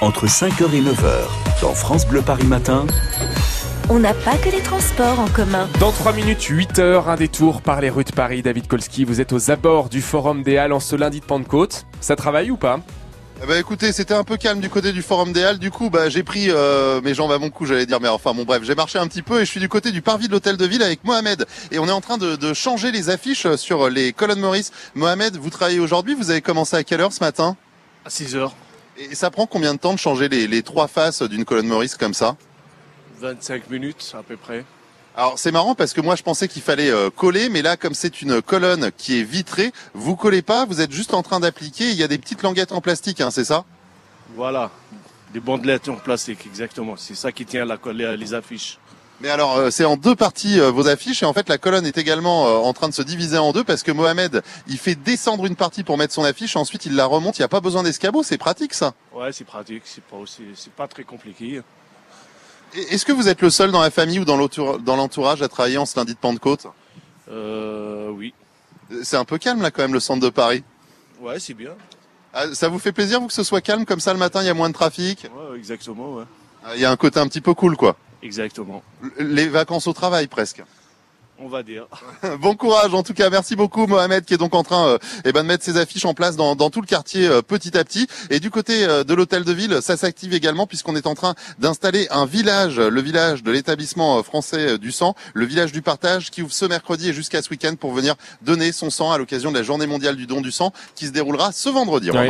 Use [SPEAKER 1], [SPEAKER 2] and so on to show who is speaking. [SPEAKER 1] entre 5h et 9h dans France Bleu Paris Matin.
[SPEAKER 2] On n'a pas que les transports en commun.
[SPEAKER 3] Dans 3 minutes, 8 heures, un détour par les rues de Paris. David Kolski, vous êtes aux abords du Forum des Halles en ce lundi de Pentecôte. Ça travaille ou pas
[SPEAKER 4] Eh ben, écoutez, c'était un peu calme du côté du Forum des Halles. Du coup, bah, j'ai pris euh, mes jambes à mon cou, j'allais dire. Mais enfin, bon, bref, j'ai marché un petit peu et je suis du côté du parvis de l'hôtel de ville avec Mohamed. Et on est en train de, de changer les affiches euh, sur les colonnes Maurice. Mohamed, vous travaillez aujourd'hui. Vous avez commencé à quelle heure ce matin
[SPEAKER 5] À 6 heures,
[SPEAKER 4] Et ça prend combien de temps de changer les, les trois faces d'une colonne Maurice comme ça
[SPEAKER 5] 25 minutes à peu près.
[SPEAKER 4] Alors c'est marrant parce que moi je pensais qu'il fallait euh, coller, mais là comme c'est une colonne qui est vitrée, vous collez pas, vous êtes juste en train d'appliquer. Il y a des petites languettes en plastique, hein, c'est ça
[SPEAKER 5] Voilà, des bandelettes en plastique, exactement. C'est ça qui tient la colle- les affiches.
[SPEAKER 4] Mais alors euh, c'est en deux parties euh, vos affiches et en fait la colonne est également euh, en train de se diviser en deux parce que Mohamed il fait descendre une partie pour mettre son affiche, ensuite il la remonte. Il n'y a pas besoin d'escabeau, c'est pratique ça.
[SPEAKER 5] Ouais, c'est pratique, c'est pas aussi, c'est pas très compliqué.
[SPEAKER 4] Et Est-ce que vous êtes le seul dans la famille ou dans l'autour- dans l'entourage à travailler en ce lundi de Pentecôte
[SPEAKER 5] Euh, oui.
[SPEAKER 4] Euh, C'est un peu calme là quand même le centre de Paris.
[SPEAKER 5] Ouais, c'est bien.
[SPEAKER 4] Ah, Ça vous fait plaisir vous que ce soit calme comme ça le matin, il y a moins de trafic,
[SPEAKER 5] Ouais, exactement, ouais.
[SPEAKER 4] Ah, il y a un côté un petit peu cool quoi.
[SPEAKER 5] Exactement.
[SPEAKER 4] les vacances au travail presque.
[SPEAKER 5] On va dire.
[SPEAKER 4] Bon courage en tout cas, merci beaucoup Mohamed qui est donc en train euh, eh ben, de mettre ses affiches en place dans, dans tout le quartier euh, petit à petit. Et du côté euh, de l'hôtel de ville, ça s'active également puisqu'on est en train d'installer un village, euh, le village de l'établissement euh, français euh, du sang, le village du partage qui ouvre ce mercredi et jusqu'à ce week-end pour venir donner son sang à l'occasion de la journée mondiale du don du sang qui se déroulera ce vendredi.
[SPEAKER 3] Ouais,